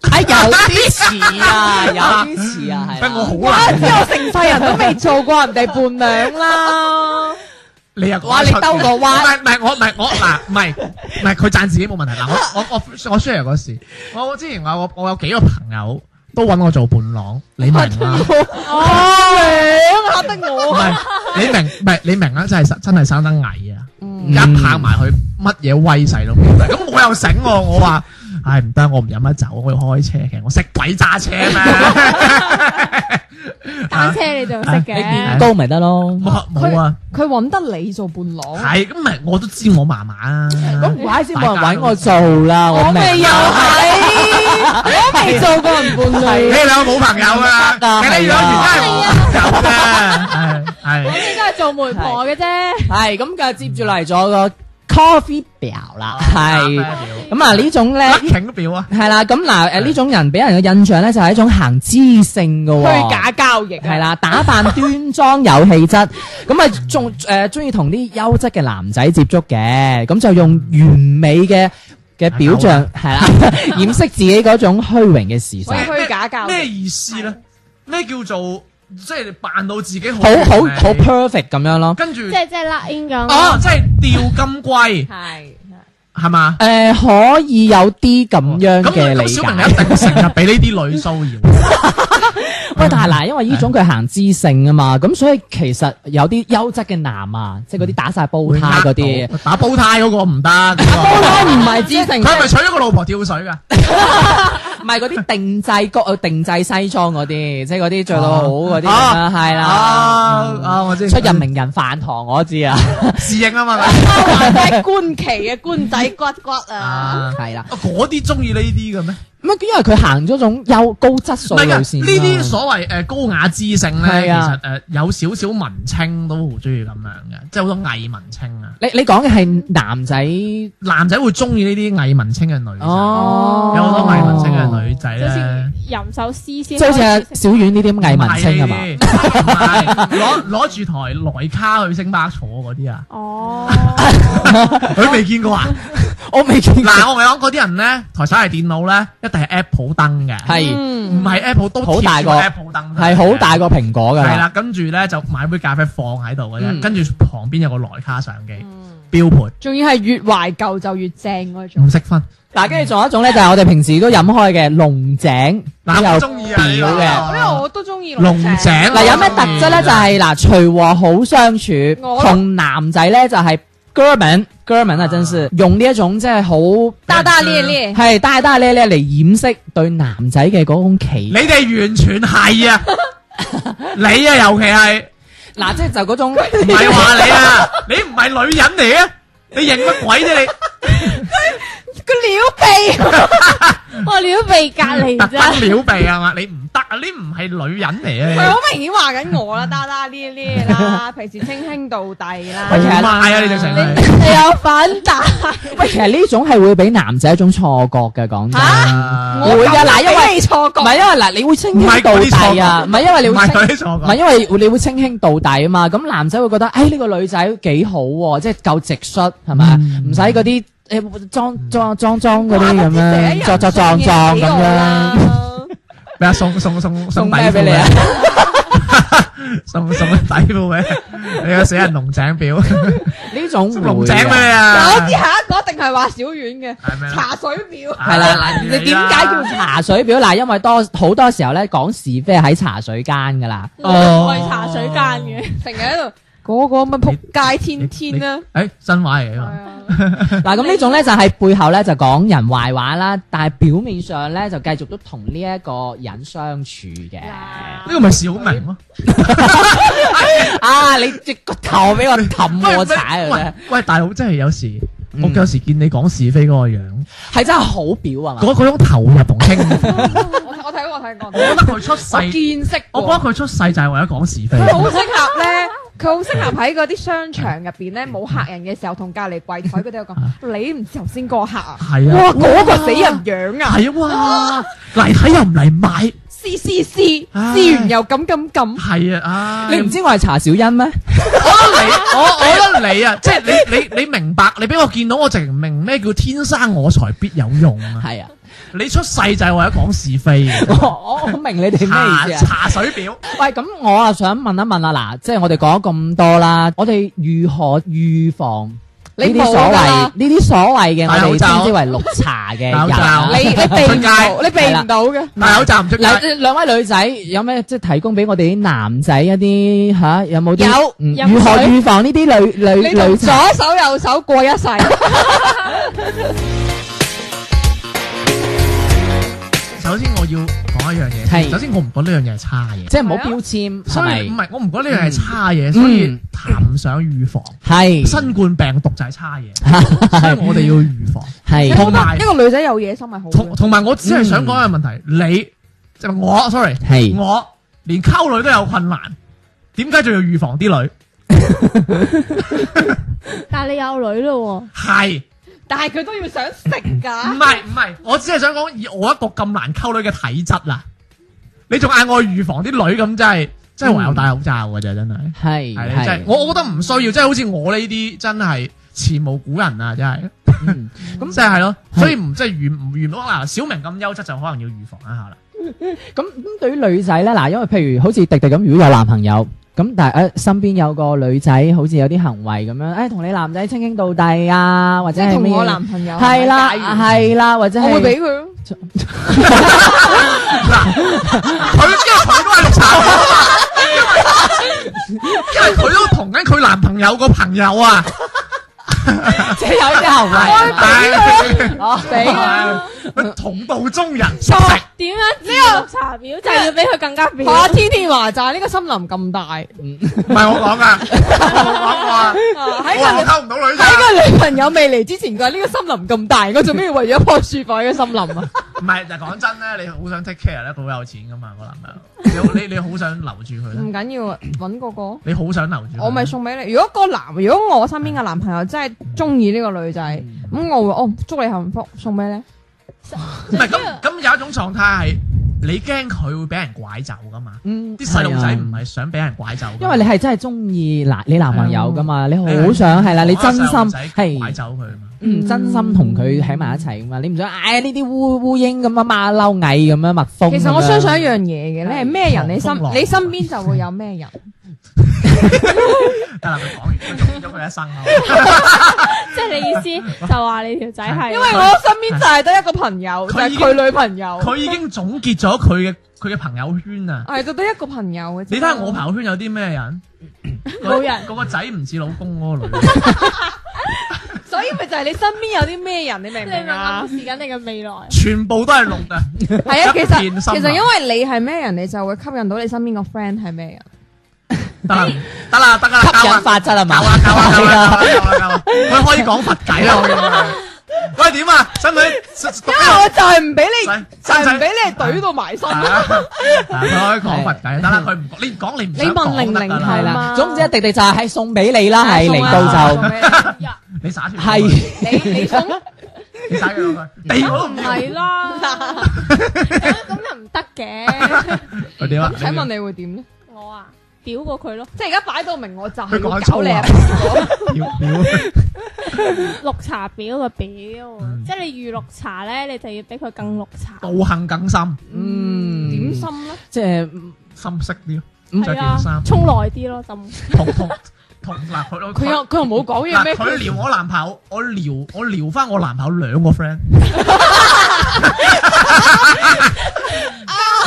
S1: 啊，有啲似
S2: <laughs>
S1: 啊，有啲似啊，係
S2: 不
S1: 啦。
S2: 過我好難，
S1: 我成世人都未做過人哋伴娘啦，
S2: 你又講得
S1: 哇你兜個彎
S2: 出嘅唔係唔係我唔係我嗱唔
S1: <laughs>
S2: 係唔係佢讚自己冇問題嗱我我我我 share 嗰時，我之前我有我有幾個朋友都揾我做伴郎，你
S1: <laughs>
S2: 明啦。
S1: 啊
S3: <laughs> 哎
S1: 哦，嚇得
S2: 唔
S1: 我。
S2: 係你明唔係你明啦，啊真係真係生得矮啊！
S1: 嗯
S2: 一拍埋去，乜嘢威勢都冇。咁我又醒喎，我話： <laughs> 唉唔得，我唔飲得酒，我要開車嘅，我識鬼揸
S1: <laughs>
S2: 車咩？
S4: 單車你就識
S1: 你
S4: 嘅。
S1: 見高咪得咯，
S2: 冇冇 <laughs> 啊！
S3: 佢揾得你做伴郎，
S2: 係咁咪我都知我麻麻啊！
S1: 咁唔怪之冇人揾我做啦，我咪又係， <laughs> 我未做過人伴
S2: 你
S1: 侶。
S2: 哋兩個冇朋友啊！
S1: 得啊
S2: 你哋兩個真係冇朋友啊！係係
S4: 你都係做媒婆嘅啫，
S1: 係咁就接住嚟咗個 coffee 表啦，
S2: à.
S1: 係咁啊呢種咧。
S2: ，lucky 表啊！
S1: 係啦，咁嗱，誒呢種人俾人嘅印象咧就係一種行知性嘅喎，
S3: 虛假交易啊
S1: 係，啦，打扮端莊有氣質，咁啊仲誒中意同啲優質嘅男仔接觸嘅，咁就用完美嘅嘅表象係啦， <laughs> 掩飾自己嗰種虛榮嘅事
S3: 所以
S1: 實，
S3: 虛假交易
S2: 咩。意思咧？咩叫做即係你扮到自己好
S1: 好好
S2: 完美
S1: 好 perfect 咁樣咯。
S2: 跟住
S4: 即係即係 lock in 咁
S2: 哦，
S4: 咯。
S2: 即係吊金龜
S3: 係
S2: 係嘛？
S1: 誒、可以有啲咁樣嘅
S2: 咁
S1: 理
S2: 咁小明
S1: 解
S2: 你。一定成日俾呢啲女
S1: <laughs>
S2: 騷擾，
S1: 喂，但係嗱，因為呢種佢行知性啊嘛，咁所以其實有啲優質嘅男啊，即係嗰啲打晒煲呔嗰啲。
S2: 打煲呔嗰個唔得，嗰個
S1: 唔係知性
S2: 佢係咪娶咗個老婆跳水㗎？
S1: 唔係嗰啲定制
S2: <laughs>
S1: 谷啊，定制西裝嗰啲，即係嗰啲着到好嗰啲
S2: 啊
S1: 咁啦，係啦，
S2: 啊啊！我知
S1: 出入名人飯堂我知啊，
S2: 侍應啊嘛，
S1: <laughs>
S3: 係官旗嘅官仔骨骨啊！
S2: 啊
S1: 係啦，
S2: 嗰啲中意呢啲嘅咩？
S1: 咁啊，因為佢行咗種優高質素
S2: 唔
S1: 路
S2: 係㗎，
S1: 線啦，
S2: 呢啲所謂誒高雅知性咧，其
S1: 係啊
S2: 實誒有少少文青都好中意咁樣嘅，即係好多偽文青啊。
S1: 你你講嘅係男仔
S2: 男仔會中意呢啲偽文青嘅女仔，
S1: 哦，
S2: 有好多偽文青嘅女仔
S4: 即係
S2: 咧
S4: 先。吟首詩先
S1: 即係好似
S4: 開
S1: 阿
S4: 始識。
S1: 小遠呢啲咁藝文青啊嘛，
S2: 唔係攞 <laughs> 攞住台萊卡去星巴克坐嗰
S1: <laughs>
S2: 啲啊，
S4: 哦，
S2: 佢未見過啊！
S1: <laughs> 我未見過，
S2: 嗱，我同你講嗰啲人咧，台手提電腦咧，一定係 Apple 燈嘅，
S1: 係
S2: 唔係 Apple 都
S1: 好大個
S2: 個 Apple 燈，
S1: 係好大個。蘋果㗎
S2: 係
S1: 啦，
S2: 啦，跟住咧就買杯咖啡放喺度嘅
S1: 嗯
S2: 啫，跟住旁邊有個萊卡相機，標盤
S3: 仲要係越懷舊就越正嗰種
S2: 唔。識分。
S1: 嗱，跟住仲有一種咧就係我哋平時都飲開嘅龍井，都
S2: 嗱，我
S1: 有
S2: 中意啊，呢
S1: 表
S2: 個
S1: 嘅。
S3: 因為哎我都中意
S2: 龍井
S1: 嗱，有咩特質咧？就係嗱，隨和好相
S3: 我
S1: 處，同男仔咧就係 German German 啊，真是用呢一種即係好
S3: 大大咧咧，
S1: 係大大咧咧嚟掩飾對男仔嘅嗰種
S2: 你
S1: 期，
S2: 哋完全係
S1: <laughs>
S2: 啊，你啊，尤其係。
S1: 嗱，即係就嗰種
S2: 唔係話你啊，你唔係女人嚟嘅，你認乜鬼啫你？
S1: <laughs>
S3: 個撩
S4: 我撩鼻隔離
S2: 特登
S4: 啫，
S2: 撩鼻啊嘛，你唔得啊，你唔係女人嚟
S3: 鼻，佢
S2: 嘅
S3: 好明顯話緊我啦，大大咧咧 <laughs> 啦，平時稱兄道弟啦，
S1: 喂
S2: 你，
S1: 其實
S2: 唔賣啊你就成
S1: 你
S2: 係。
S4: 你有份打。
S1: <laughs> 喂，其實呢種係會俾男仔一種錯覺嘅，講真。
S2: 啊
S1: 會啊，嗱，因為
S3: 你錯
S1: 唔
S3: 覺，
S1: 係因為嗱，你會稱
S2: 唔係
S1: 兄道
S2: 嗰啲錯
S1: 弟啊，
S2: 覺
S1: 唔係因為你
S2: 唔
S1: 會
S2: 係
S1: 稱
S2: 佢啲錯
S1: 唔係
S2: 覺，
S1: 因為你會稱兄道弟啊嘛，咁男仔會覺得，誒呢個女仔幾好喎，即係夠直率係咪？唔使嗰啲誒裝裝裝裝嗰啲咁樣，作作撞撞咁樣，
S3: 樣。
S2: 咩啊送送送
S1: 送
S2: 底
S1: 咩
S2: 褲
S1: 俾你
S2: <laughs>
S1: 啊？
S2: 咩？送送底褲咩？你個死人龍井表，
S1: 呢種會
S2: 龍井俾你
S1: 啊
S2: 啊？
S3: 我知下一個一定係話小遠
S2: 係咩
S3: 嘅茶水表，
S2: À,
S1: 係啦，嗱，你點解叫茶水表？嗱，因為多好多時候咧講是非係喺茶水間㗎啦，
S4: 我係茶水間嘅，
S3: 成日喺度。嗰個乜仆街
S2: 你
S3: 天天
S1: 啊
S3: 啦，，
S2: 诶，真話嚟㗎
S3: Ờ.
S2: 嘛？
S1: 嗱，咁呢種咧就係背後咧就講人壞話啦，但係表面上咧就繼續都同呢一個人相處嘅。
S2: 呢個咪小明咯，
S1: 啊，你隻個頭俾我
S2: 喂
S1: 氹我踩啊！真係
S2: 喂，喂，大佬真係有時，我有時見你講是非嗰個樣，
S1: 係真係好表啊嘛！
S2: 嗰嗰種投入同輕
S3: <laughs>
S2: 浮，
S3: 啊我睇我睇過睇過，
S2: 我覺得佢出
S3: 我
S2: 世，
S3: 見識
S2: 我
S3: 過，
S2: 覺得佢出世就係為咗講是非。
S3: 佢好適合咧。佢好適合喺嗰啲商場入邊咧，冇客人嘅時候，同隔離櫃台嗰啲有講，你唔知頭先嗰個客啊，
S2: 係
S3: 哇
S2: 啊，
S3: 嗰個死人樣啊，
S2: 係啊，哇！嚟睇又唔嚟買，
S3: 撕撕撕，
S2: 唉
S3: 撕完又咁咁咁，
S2: 係啊，唉
S1: 你唔知我係查小欣咩？
S2: <laughs> 我覺得你，我我覺得你啊，即係你你你明白，你俾我見到我直唔明咩叫天生我材必有用啊！
S1: 係啊，
S2: 你出世就係為咗講是非
S1: <laughs> 我
S2: 嘅，
S1: 我我明你哋
S2: 查
S1: 咩意思啊？
S2: 查水表，
S1: 喂，咁我啊想問一問啊，嗱，即係我哋講咗咁多啦，我哋如何預防呢
S3: 你
S1: 啲所
S3: 冇㗎
S1: 謂
S3: 啦
S1: 呢啲所謂嘅
S2: 戴口
S1: 我哋
S2: 罩
S1: 稱之為綠茶嘅
S2: 戴口罩
S1: 人？
S3: 你你避唔到，
S2: 出
S3: 你避唔到嘅。
S2: 戴口罩唔出街，
S1: 嗱，兩位女仔有咩即係提供俾我哋啲男仔一啲吓有冇啲
S3: 有
S1: 嗯
S4: 飲
S1: 如何
S4: 水
S1: 預防呢啲女
S3: 你
S1: 女
S3: 同
S1: 女
S3: 左
S1: 仔？
S3: 手右手過一世，
S2: 首先我要講一樣嘢
S1: 係
S2: 先，首先我唔覺得呢樣嘢係差嘢，
S1: 即係唔好標籤，係
S2: 所以唔
S1: 咪？嗯
S2: 係我唔覺得呢樣嘢係差嘢，所以談唔上預防。
S1: 係
S2: 新冠病毒就係差嘢，所以我哋要預防。
S1: 係
S2: 同埋
S3: 一個女仔有野心咪好嘅。
S2: 同同埋我只係想講一個問題，你即係我，sorry，
S1: 嗯係
S2: 我連溝女都有困難，點解仲要預防啲女？
S4: 但系你有女咯
S2: 係
S3: 但係佢都要想食
S2: 唔
S3: 㗎。
S2: 係唔係？我只係想講，以我一個咁難溝女嘅體質啦，你仲嗌我預防啲女咁，真係真係唯有戴口罩㗎咋，真係。
S1: 係
S2: 係真係，
S1: 嗯係。
S2: 我我覺得唔需要，即係好似我呢啲真係前無古人啊，真係。 <laughs>
S1: 嗯
S2: 咁即係咯，所以唔即係預唔預防嗱，小明咁優質就可能要預防一下啦。
S1: 咁咁對於女仔咧，嗱，因為譬如好似迪迪咁，如果有男朋友。咁但係誒身邊有個女仔，好似有啲行為咁樣，誒同你男仔傾傾到底啊，或者
S3: 即係
S1: 係
S3: 同
S1: 咩
S3: 我
S1: 嘢
S3: 男朋友
S1: 係啦，
S3: 假如
S1: 係啦，或者
S3: 我會
S1: 係
S3: 俾佢咯。
S2: 嗱，佢因為佢都係綠茶婊啊，因為因為佢都同緊佢男朋友個朋友啊，
S1: 即係有呢啲行為，
S2: 係
S1: 哦俾
S2: 佢同道中
S1: <laughs>
S2: 人，
S1: 哦
S4: 喎，點樣知綠茶婊就係要俾佢更加
S3: 嚇！
S4: 婊？
S3: 天天話就係呢個森林咁大，
S2: 唔係我講噶，我
S1: 哦
S2: 冇講
S3: 喺
S2: 過啊，我
S3: 個
S2: 話我溝唔到女咋，
S3: 喺個女朋友未嚟之前，佢話呢個森林咁大，我做咩要為咗一棵樹放喺個森林啊？
S2: 唔係，但係講真咧，你好想 take care 咧，佢好有錢噶嘛，個男朋友，你你你好想留住佢
S1: 嗯
S3: 唔
S2: 咧，
S3: 緊要，揾個個。
S2: 你好想留住佢，
S3: 我咪送俾你。如果個男，如果我身邊嘅男朋友真係中意呢個女仔，
S2: 嗯
S3: 咁我會哦祝你幸福，送咩
S2: 哦
S3: 咧？
S2: 唔係咁咁有一種狀態係你驚佢會俾人拐走噶嘛，
S1: <laughs> 嗯
S2: 啲細路仔
S1: 係啊
S2: 唔係想俾人拐走㗎嘛，
S1: 因為你係真係中意男你男朋友噶嘛，你
S2: 係
S1: 好
S2: 啊
S1: 想係啦，你真心
S2: 我細路仔拐
S1: 係
S2: 走佢嘛。
S1: 嗯真心同佢喺埋一齊噶嘛，你唔想唉呢啲烏烏蠅咁啊馬騮蟻咁樣蜜蜂咁樣。
S3: 其實我相信一樣嘢嘅，你係咩人，你身
S2: 狂風浪
S3: 你身邊就會有咩
S2: <laughs>
S3: 人。
S2: 啊得啦，佢講完，佢用咗佢一生啦。
S4: 即係你意思就話你條仔係
S3: 因為我身邊就係得一個朋友，就
S2: 佢
S3: 係
S2: 已經
S3: 佢女朋友，
S2: 佢已經總結咗佢嘅佢嘅朋友圈啊！
S3: 係就得一個朋友嘅啫。
S2: 你睇下我朋友圈有啲
S3: <laughs>
S2: 咩人？
S4: 冇人
S2: 嗰個仔唔似老公嗰個女，
S3: 所以咪就係你身邊有啲咩人，你明唔
S4: 你
S3: 明
S4: 咪
S3: 啊
S4: 暗？示緊你嘅未 <laughs> 來。
S2: 全部都係綠嘅。
S3: 係啊，其
S2: 一片
S3: 實
S2: 心啊
S3: 其實因為你係咩人，你就會吸引到你身邊個 friend 係咩人。
S2: 得
S3: 哎
S2: 啦，得啦，得啦，
S1: 吸
S2: 夠
S1: 引
S2: 啦，
S1: 法則啊嘛
S2: 夠，啦，夠啦，夠
S1: 係
S2: 啦，
S1: 啊
S2: 夠啦，
S3: <laughs>
S2: 夠啦，佢可以講佛偈啦，我哋喂，點啊？使唔
S3: <laughs>
S2: 使
S3: 因為
S2: 讀呢個
S3: 哎我就係唔俾
S2: 使
S3: 你，就
S2: 使唔
S3: 係
S2: 使
S3: 唔俾你懟到埋身。
S2: 啊佢可以講佛偈，得啦，佢唔講，你唔講你唔想
S3: 你問
S2: 講
S3: 零
S2: 得
S3: 零
S2: 㗎
S1: 係
S3: 後
S2: 啦，
S1: 啦
S3: 嘛，
S1: 總之一迪迪就係係送俾你啦，係
S3: 送
S1: 嚟
S3: 啊
S1: 到就
S3: <laughs> 送咩
S2: 你耍住佢
S1: 係
S3: 你你送
S2: 你耍
S3: <laughs>
S2: 住佢，地我都唔
S4: 唔
S2: 要。
S4: 係啦，咁咁又唔得嘅。
S2: 佢點啊？
S3: 請問你會點咧？
S4: 我啊，屌過佢咯，
S3: 即係而家擺到明，我就係
S2: 佢講
S3: 要
S2: 粗
S3: 搞你啊！
S2: 你要你要。
S3: <laughs>
S4: 綠茶婊個婊
S2: 嗯，
S4: 即係你遇綠茶咧，你就要俾佢更綠茶。
S2: 道行更深，
S1: 嗯
S3: 點心咧？
S1: 即係
S2: 深色啲，
S1: 嗯
S2: 着
S4: 係
S2: 件衫
S4: 啊，，沖耐啲咯，浸。
S2: 同同同嗱
S3: <laughs>
S2: 佢
S3: 佢又佢又冇講嘢
S2: 啊嗱
S3: 咩？
S2: 佢撩我男朋友，我撩我撩翻我男朋友兩個 friend，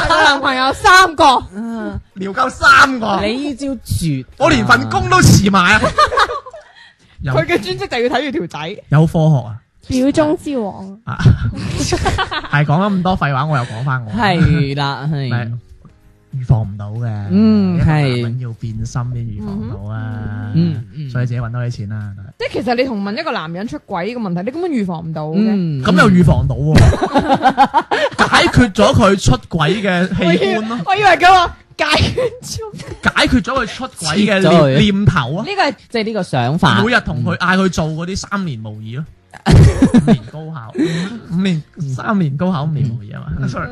S3: 佢男朋友三個，
S2: 撩夠三個，
S1: 你呢招絕啊，
S2: 我連份工都辭埋啊！有
S3: 佢嘅專職就要睇住條仔，
S2: 有科學啊！
S4: 表中之王，
S2: 啊，係講咗咁多廢話，我又講翻我
S1: 係啦，係
S2: <laughs> 咪。預防唔到嘅，
S1: 嗯係
S2: 係要變心先預防到啊，
S1: 嗯嗯
S2: 所以自己揾多啲錢啦。
S3: 即係其實你同問一個男人出軌呢個問題，你根本預防唔到嘅。
S1: 嗯，
S2: 咁又預防到喎， <laughs> 解決咗佢出軌嘅
S3: 我
S2: 器
S3: 以
S2: 官咯，
S3: 我以為佢話解 <laughs> 決咗
S2: 解決咗佢出軌嘅
S1: 切咗佢
S2: 念念頭啊
S1: 呢，個係即係呢個想法，
S2: 每日同佢嗌佢做嗰啲三年模擬咯，五年高考，嗯五五年三年高考五年模擬啊嘛，sorry，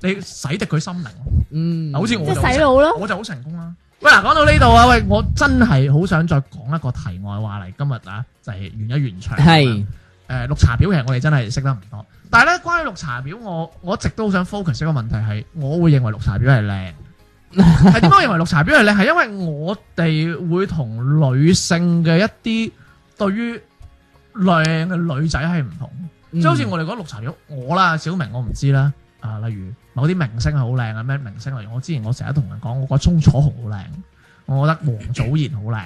S2: 你洗滌佢心靈咯。
S1: 嗯，
S2: 嗱好似我
S4: 即
S2: 就好
S4: 係洗
S2: 成
S4: 腦咯。
S2: 我就好成功啦。喂，嗱，講到呢度啊，喂，我真係好想再講一個題外話嚟，今日啊，就係完一完場。
S1: 係
S2: 誒，呃綠茶婊其實我哋真係識得唔多，但係咧，關於綠茶婊，我我一直都好想 focus 一個問題係，我會認為綠茶婊係靚。係點解我認為綠茶婊係靚？係因為我哋會同女性嘅一啲對於靚嘅女仔係唔同。
S1: 嗯
S2: 即係好似我哋講綠茶婊，我啦，小明我唔知啦。啊，例如某啲明星係好靚啊，咩明星？例如我之前我成日同人講，我覺得鐘楚紅好靚，我覺得王祖賢好靚，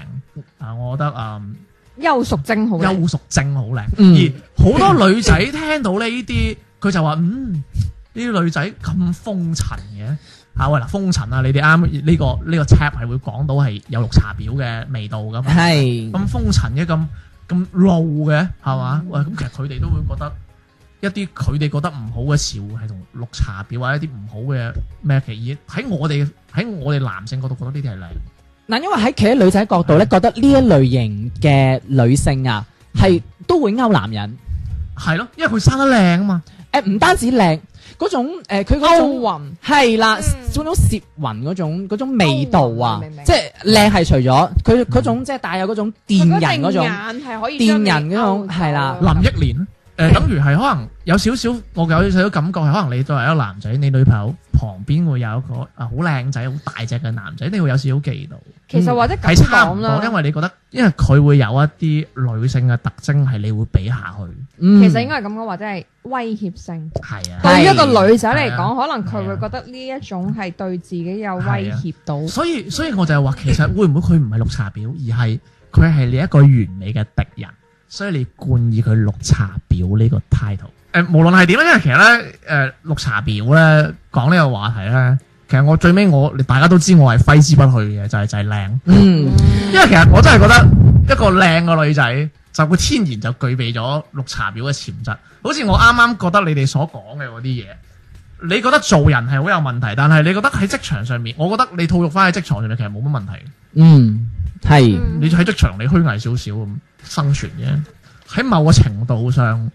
S2: 啊，我覺得啊、嗯
S3: 邱淑貞好靚，
S2: 邱淑貞好靚。
S1: 嗯
S2: 而好多女仔聽到呢啲，佢就話：嗯，呢啲女仔咁風塵嘅。啊喂嗱，風塵啊，你哋啱呢個呢、個 tap 係會講到係有綠茶婊嘅味道噶嘛？
S1: 係
S2: 咁風塵嘅咁咁露嘅係嘛？喂，咁其實佢哋都會覺得一啲佢哋覺得唔好嘅詞彙係同綠茶婊或者一啲唔好嘅咩嘅嘢，喺我哋喺我哋男性角度覺得呢啲係靚。
S1: 嗱，因為喺企喺女仔角度咧，覺得呢一類型嘅女性啊，係都會勾男人。
S2: 係咯，因為佢生得靚啊嘛，
S1: 誒，唔單止靚，嗰種誒佢嗰
S3: 歐
S1: 種
S3: 雲
S1: 係啦，
S4: 嗯
S1: 嗰種攝魂嗰種嗰種味道啊
S3: 勾魂啊明唔明，嗯
S1: 即係靚係除咗佢嗰種即係帶有嗰種電人嗰種，
S3: 眼係可以將你
S1: 電人嗰種
S3: 勾走
S1: 係啦
S2: 林憶蓮咧
S3: 嗯
S2: 誒，等於係可能有少少，我有少少感覺係可能你作為一個男仔，你女朋友旁邊會有一個啊好靚仔、好大隻嘅男仔，你會有少少忌妒。
S3: 其實或者咁
S2: 嗯係差
S3: 講
S2: 唔多，因
S3: 啦，
S2: 為你覺得，因為佢會有一啲女性嘅特徵係你會比下去，
S1: 嗯
S3: 其實應該係咁講，或者係威脅性。
S2: 係啊。
S3: 對於一個女仔嚟
S2: 係啊
S3: 講，可能佢會覺得呢一種係對自己有威脅到。
S2: 所以所以我就係話，其實會唔會佢唔係綠茶婊，而係佢係你一個完美嘅敵人，所以你冠以佢綠茶婊呢個 title。誒、無論係點咧，因為其實咧，誒、綠茶婊咧講呢個話題咧，其實我最尾我大家都知我係揮之不去嘅，就係、就係、靚。
S1: 嗯
S2: 因為其實我真係覺得一個靚嘅女仔，就佢天然就具備咗綠茶婊嘅潛質。好似我啱啱覺得你哋所講嘅嗰啲嘢，你覺得做人係好有問題，但係你覺得喺職場上面，我覺得你套用翻喺職場上面其實冇乜問題。
S1: 嗯係
S2: 你喺職場你虛偽少少咁生存啫，喺某個程度上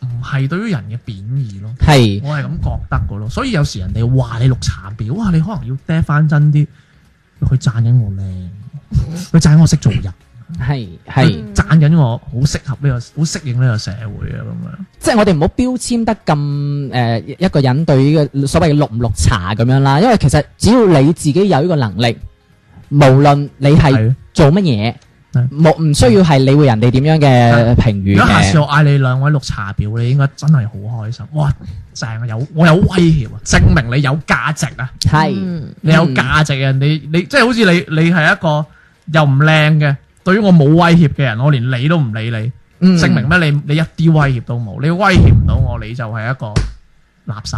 S2: 唔係對於人嘅貶義咯。
S1: 係
S2: 我係咁覺得嘅咯，所以有時人哋話你綠茶婊啊，你可能要嗲翻真啲，佢讚緊我靚，佢讚緊我識做人。
S1: 係
S3: 嗯
S1: 係，
S2: 佢讚緊我好適合呢、個好適應呢個社會啊咁樣。
S1: 即係我哋唔好標籤得咁誒一個人對呢個所謂嘅綠唔綠茶咁樣啦，因為其實只要你自己有呢個能力，無論你係。
S2: 係
S1: 做乜嘢
S2: 係，
S1: 冇唔需要係理會人哋點樣嘅評
S2: 如
S1: 語
S2: 果下次
S1: 嘅。
S2: 我嗌你兩位綠茶婊，你應該真係好開心。哇，正啊！有我有威脅啊，證明你有價值啊！
S1: 係
S3: 嗯
S2: 你有價值嘅，你你即係好似你你係一個又唔靚嘅，對於我冇威脅嘅人，我連理都唔理你，
S1: 嗯
S2: 證明咩？你你一啲威脅都冇，你威脅唔到我，你就係一個垃圾，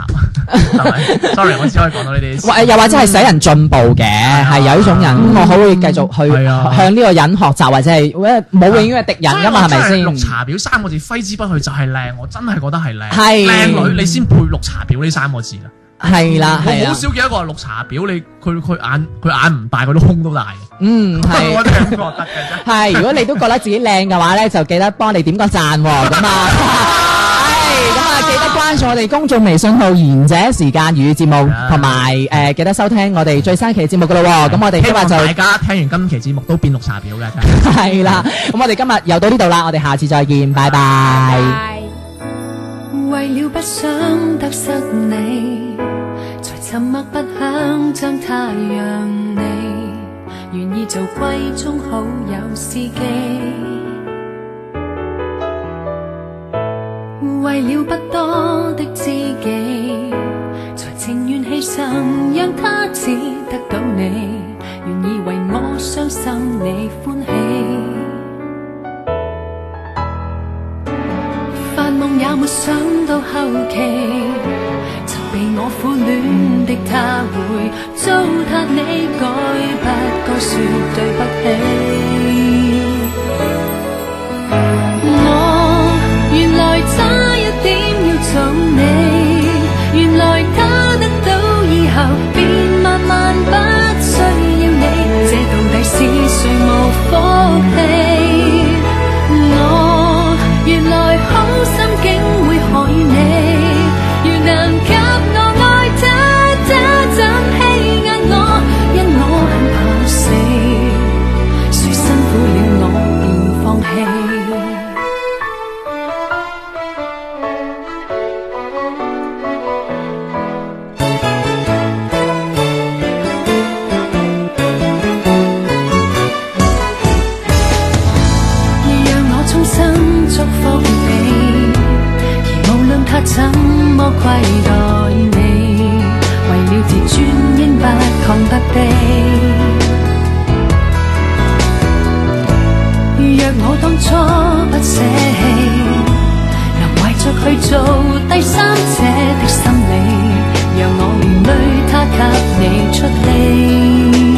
S2: 係咪？Sorry，我只可以講到
S1: <laughs>
S2: 呢啲。
S1: 或又或者係使人進步嘅，係有呢種人，咁我可唔可以繼續去
S2: 啊嗯係啊
S1: 向呢個人學習，或者係喂冇永遠嘅敵人噶嘛？係咪
S2: 所以
S1: 先？
S2: 我真係綠茶婊三個字揮之不去就係靚，我真係覺得係靚。
S1: 係
S2: 靚女，你先配綠茶婊呢三個字啦。
S1: 係啦，啊係
S2: 我好
S1: 啦，
S2: 少見一個係綠茶婊，你佢佢眼佢眼唔大，佢都胸都大嘅。
S1: 嗯
S2: <laughs> 我
S1: 係。
S2: 都係咁覺得嘅啫。
S1: 係，如果你都覺得自己靚嘅話咧，就記得幫你點個讚喎，咁啊，係，咁啊，記得關注我哋公眾微信號賢者時間語節目，
S2: 啊
S1: 同埋誒記得收聽我哋最新一期節目噶咯喎，咁我哋今
S2: 希望
S1: 日就 <laughs>
S2: 大家聽完今期節目都變綠茶婊嘅。真係
S1: 系啦，咁我哋今日又到呢度啦，我哋下次再見，拜拜。
S4: 係。
S6: 为了不想得失你，才沉默不響將它讓你，願意做闺中好友司機。為了不多的知己，才情願犧牲，讓他自得到你，願意為我傷心你歡喜。發夢也沒想到後期，曾被我苦戀的他會糟蹋你，該不該說對不起？我原來差一點要做你，原來他得到以後便萬萬不需要你，這到底是誰無福氣？我原來好心竟會害你，越能給我愛他，他怎欺壓我？因我很怕死，誰辛苦了我便放棄。你讓我衷心祝福你，而無論他怎麼虧待你，為了自尊應不亢不卑。若我當初不捨棄，能懷着去做第三者的心理，讓我連累他給你出氣。